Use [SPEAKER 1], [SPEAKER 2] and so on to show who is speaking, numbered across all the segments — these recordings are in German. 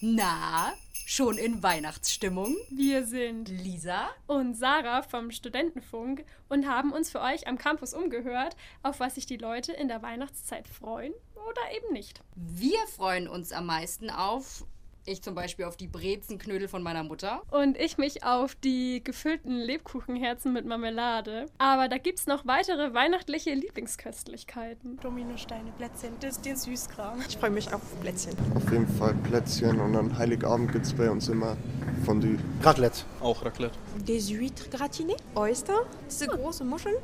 [SPEAKER 1] Na, schon in Weihnachtsstimmung?
[SPEAKER 2] Wir sind
[SPEAKER 1] Lisa?
[SPEAKER 2] und Sarah vom Studentenfunk und haben uns für euch am Campus umgehört, auf was sich die Leute in der Weihnachtszeit freuen oder eben nicht.
[SPEAKER 1] Wir freuen uns am meisten auf. Ich zum Beispiel auf die Brezenknödel von meiner Mutter.
[SPEAKER 2] Und ich mich auf die gefüllten Lebkuchenherzen mit Marmelade. Aber da gibt's noch weitere weihnachtliche Lieblingsköstlichkeiten.
[SPEAKER 3] Dominosteine, Plätzchen, das, den Süßkram.
[SPEAKER 4] Ich freue mich auf Plätzchen.
[SPEAKER 5] Auf jeden Fall Plätzchen und an Heiligabend gibt es bei uns immer Fondue.
[SPEAKER 6] Raclette.
[SPEAKER 7] Auch Raclette.
[SPEAKER 4] Des Huîtres gratinées, Oyster, diese große Muschel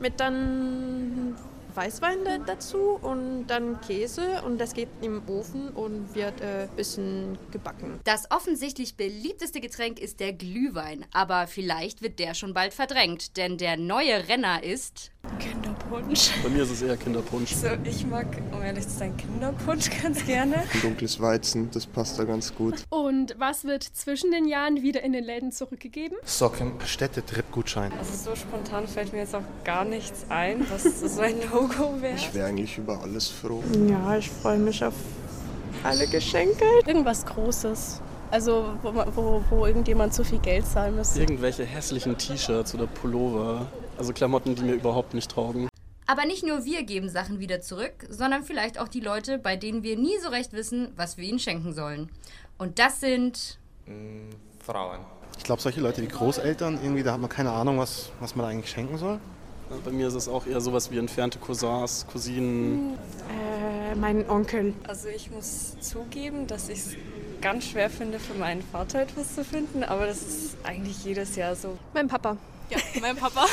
[SPEAKER 4] mit dann Weißwein da- dazu und dann Käse und das geht im Ofen und wird ein äh, bisschen gebacken.
[SPEAKER 1] Das offensichtlich beliebteste Getränk ist der Glühwein, aber vielleicht wird der schon bald verdrängt, denn der neue Renner ist
[SPEAKER 3] Kinderpunsch.
[SPEAKER 7] Bei mir ist es eher Kinderpunsch.
[SPEAKER 3] So, ich mag, um ehrlich zu sein, Kinderpunsch ganz gerne.
[SPEAKER 5] Ein dunkles Weizen, das passt da ganz gut.
[SPEAKER 2] Und was wird zwischen den Jahren wieder in den Läden zurückgegeben?
[SPEAKER 6] Socken. Städtetrip-Gutschein.
[SPEAKER 3] Also so spontan fällt mir jetzt auch gar nichts ein, was so ein Logo wäre.
[SPEAKER 5] Ich wäre eigentlich über alles froh.
[SPEAKER 4] Ja, ich freue mich auf alle Geschenke.
[SPEAKER 8] Irgendwas Großes. Also, wo, ma- wo, wo irgendjemand zu viel Geld zahlen müsste.
[SPEAKER 7] Irgendwelche hässlichen T-Shirts oder Pullover. Also Klamotten, die mir überhaupt nicht taugen.
[SPEAKER 1] Aber nicht nur wir geben Sachen wieder zurück, sondern vielleicht auch die Leute, bei denen wir nie so recht wissen, was wir ihnen schenken sollen. Und das sind.
[SPEAKER 9] Frauen.
[SPEAKER 6] Ich glaube, solche Leute wie Großeltern, irgendwie, da hat man keine Ahnung, was, was man da eigentlich schenken soll.
[SPEAKER 7] Bei mir ist es auch eher sowas wie entfernte Cousins, Cousinen.
[SPEAKER 4] Äh, mein Onkel.
[SPEAKER 3] Also ich muss zugeben, dass ich es ganz schwer finde, für meinen Vater etwas zu finden, aber das ist eigentlich jedes Jahr so.
[SPEAKER 4] Mein Papa.
[SPEAKER 8] Ja, mein Papa.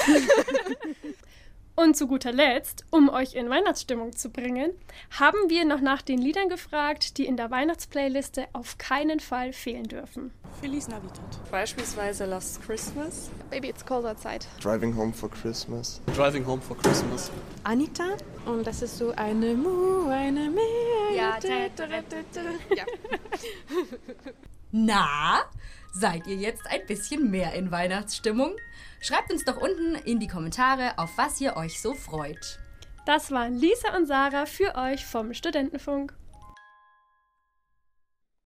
[SPEAKER 2] Und zu guter Letzt, um euch in Weihnachtsstimmung zu bringen, haben wir noch nach den Liedern gefragt, die in der Weihnachtsplayliste auf keinen Fall fehlen dürfen.
[SPEAKER 8] Feliz Navidad.
[SPEAKER 3] Beispielsweise Last Christmas.
[SPEAKER 4] Baby, it's colder Zeit.
[SPEAKER 5] Driving home for Christmas.
[SPEAKER 7] Driving home for Christmas.
[SPEAKER 4] Anita und das ist so eine Mu, eine Me.
[SPEAKER 1] Ja,
[SPEAKER 4] ja.
[SPEAKER 1] Na? Seid ihr jetzt ein bisschen mehr in Weihnachtsstimmung? Schreibt uns doch unten in die Kommentare, auf was ihr euch so freut.
[SPEAKER 2] Das waren Lisa und Sarah für euch vom Studentenfunk.